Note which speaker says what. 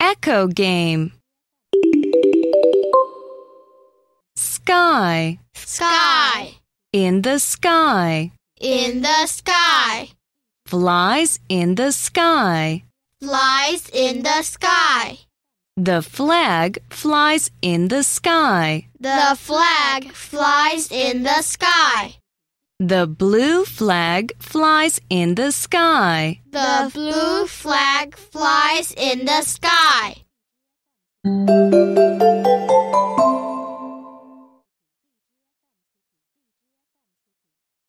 Speaker 1: Echo game. Sky.
Speaker 2: Sky.
Speaker 1: In the sky.
Speaker 2: In the sky.
Speaker 1: Flies in the sky.
Speaker 2: Flies in the sky.
Speaker 1: The flag flies in the sky.
Speaker 2: The flag flies in the sky.
Speaker 1: The blue flag flies in the sky.
Speaker 2: The blue flag flies in the sky.